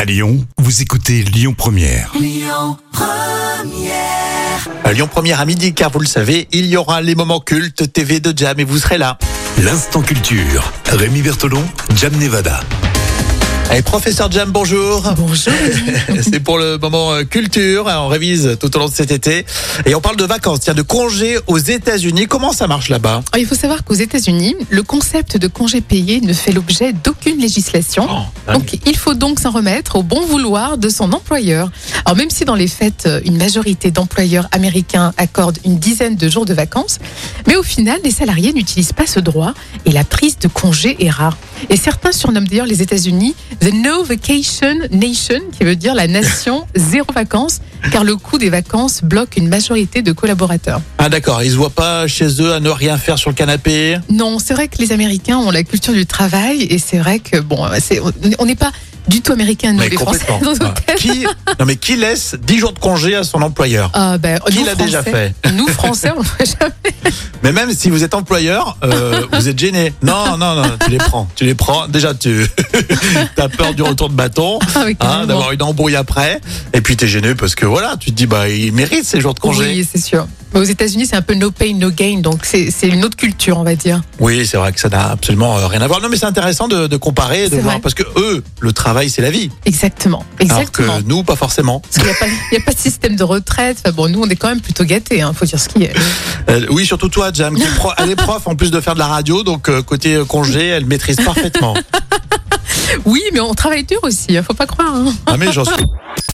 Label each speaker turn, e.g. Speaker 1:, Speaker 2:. Speaker 1: À Lyon, vous écoutez Lyon Première.
Speaker 2: À Lyon Première à midi, car vous le savez, il y aura les moments cultes TV de Jam et vous serez là.
Speaker 1: L'instant culture. Rémi Bertolon, Jam Nevada.
Speaker 2: Allez, professeur Jam, bonjour.
Speaker 3: Bonjour.
Speaker 2: C'est pour le moment euh, culture. hein, On révise tout au long de cet été. Et on parle de vacances, tiens, de congés aux États-Unis. Comment ça marche là-bas
Speaker 3: Oh, Il faut savoir qu'aux États-Unis, le concept de congé payé ne fait l'objet d'aucune législation. Donc, il faut donc s'en remettre au bon vouloir de son employeur. Alors, même si dans les fêtes, euh, une majorité d'employeurs américains accordent une dizaine de jours de vacances, mais au final, les salariés n'utilisent pas ce droit et la prise de congé est rare. Et certains surnomment d'ailleurs les États-Unis The No Vacation Nation, qui veut dire la nation zéro vacances, car le coût des vacances bloque une majorité de collaborateurs.
Speaker 2: Ah d'accord, ils se voient pas chez eux à ne rien faire sur le canapé.
Speaker 3: Non, c'est vrai que les Américains ont la culture du travail et c'est vrai que bon, euh, c'est- on n'est pas du tout américains, nous,
Speaker 2: Mais
Speaker 3: les Français.
Speaker 2: complètement.
Speaker 3: dans nos
Speaker 2: Ouais.
Speaker 3: têtes.
Speaker 2: Qui Non mais qui laisse 10 jours de congé à son employeur
Speaker 3: Ah, ben,
Speaker 2: Qui
Speaker 3: nous,
Speaker 2: l'a déjà
Speaker 3: Français- Nous, Français, on le fait jamais.
Speaker 2: Mais même si vous êtes employeur, euh, vous êtes gêné. Non, non, non, tu les prends. Tu les prends. Déjà, tu as peur du retour de bâton,
Speaker 3: Ah, oui,
Speaker 2: hein,
Speaker 3: carrément.
Speaker 2: d'avoir une embrouille après. Et puis, tu es gêné parce que voilà, tu te dis, bah, il mérite ces jours de congé.
Speaker 3: Oui, c'est sûr. Mais aux États-Unis, c'est un peu no pain, no gain, donc c'est c'est une autre culture, on va dire.
Speaker 2: Oui, c'est vrai que ça n'a absolument euh, rien à voir. Non, mais c'est intéressant de, de comparer, de
Speaker 3: C'est
Speaker 2: voir.
Speaker 3: vrai.
Speaker 2: Parce que eux, le travail, c'est la vie.
Speaker 3: Exactement. Exactement.
Speaker 2: Alors que nous, pas forcément.
Speaker 3: Parce qu'il n'y a, pas- il y a pas de système de retraite. Enfin, bon, nous, on est quand même plutôt gâtés, hein, faut dire ce qui est.
Speaker 2: Euh, oui, surtout toi, Jam, qui est pro- elle est prof en plus de faire de la radio. Donc, euh, côté euh, congé, elle maîtrise parfaitement.
Speaker 3: Oui, mais on travaille dur aussi, hein, faut pas croire. hein.
Speaker 2: Ah, mais j'en suis.